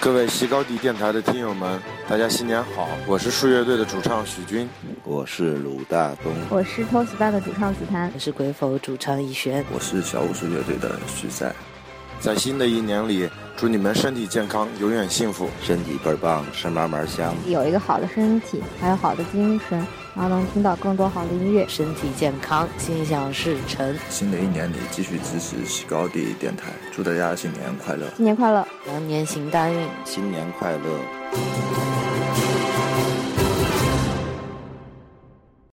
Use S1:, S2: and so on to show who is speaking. S1: 各位西高地电台的听友们，大家新年好！我是树乐队的主唱许军，
S2: 我是鲁大东，
S3: 我是 t o s t a 的主唱子弹
S4: 我，是鬼否主唱逸轩，
S2: 我是小武士乐队的徐赛，
S1: 在新的一年里，祝你们身体健康，永远幸福。
S2: 身体倍儿棒，吃嘛嘛香。
S3: 有一个好的身体，还有好的精神，然后能听到更多好的音乐。
S4: 身体健康，心想事成，
S2: 新的一年里继续支持西高地电台，祝大家新年快乐！
S3: 新年快乐！
S4: 羊年行大运。
S2: 新年快乐！